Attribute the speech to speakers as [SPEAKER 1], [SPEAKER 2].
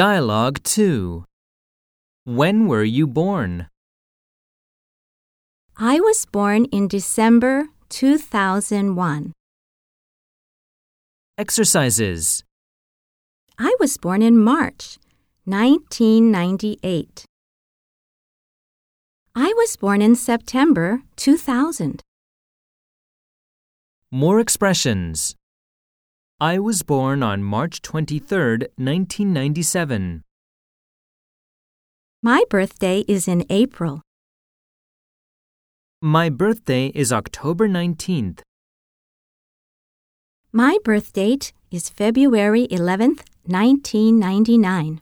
[SPEAKER 1] Dialogue 2 When were you born?
[SPEAKER 2] I was born in December 2001.
[SPEAKER 1] Exercises.
[SPEAKER 2] I was born in March 1998. I was born in September 2000.
[SPEAKER 1] More expressions. I was born on March 23rd, 1997.
[SPEAKER 2] My birthday is in April.
[SPEAKER 1] My birthday is October 19th.
[SPEAKER 2] My birth date is February 11th, 1999.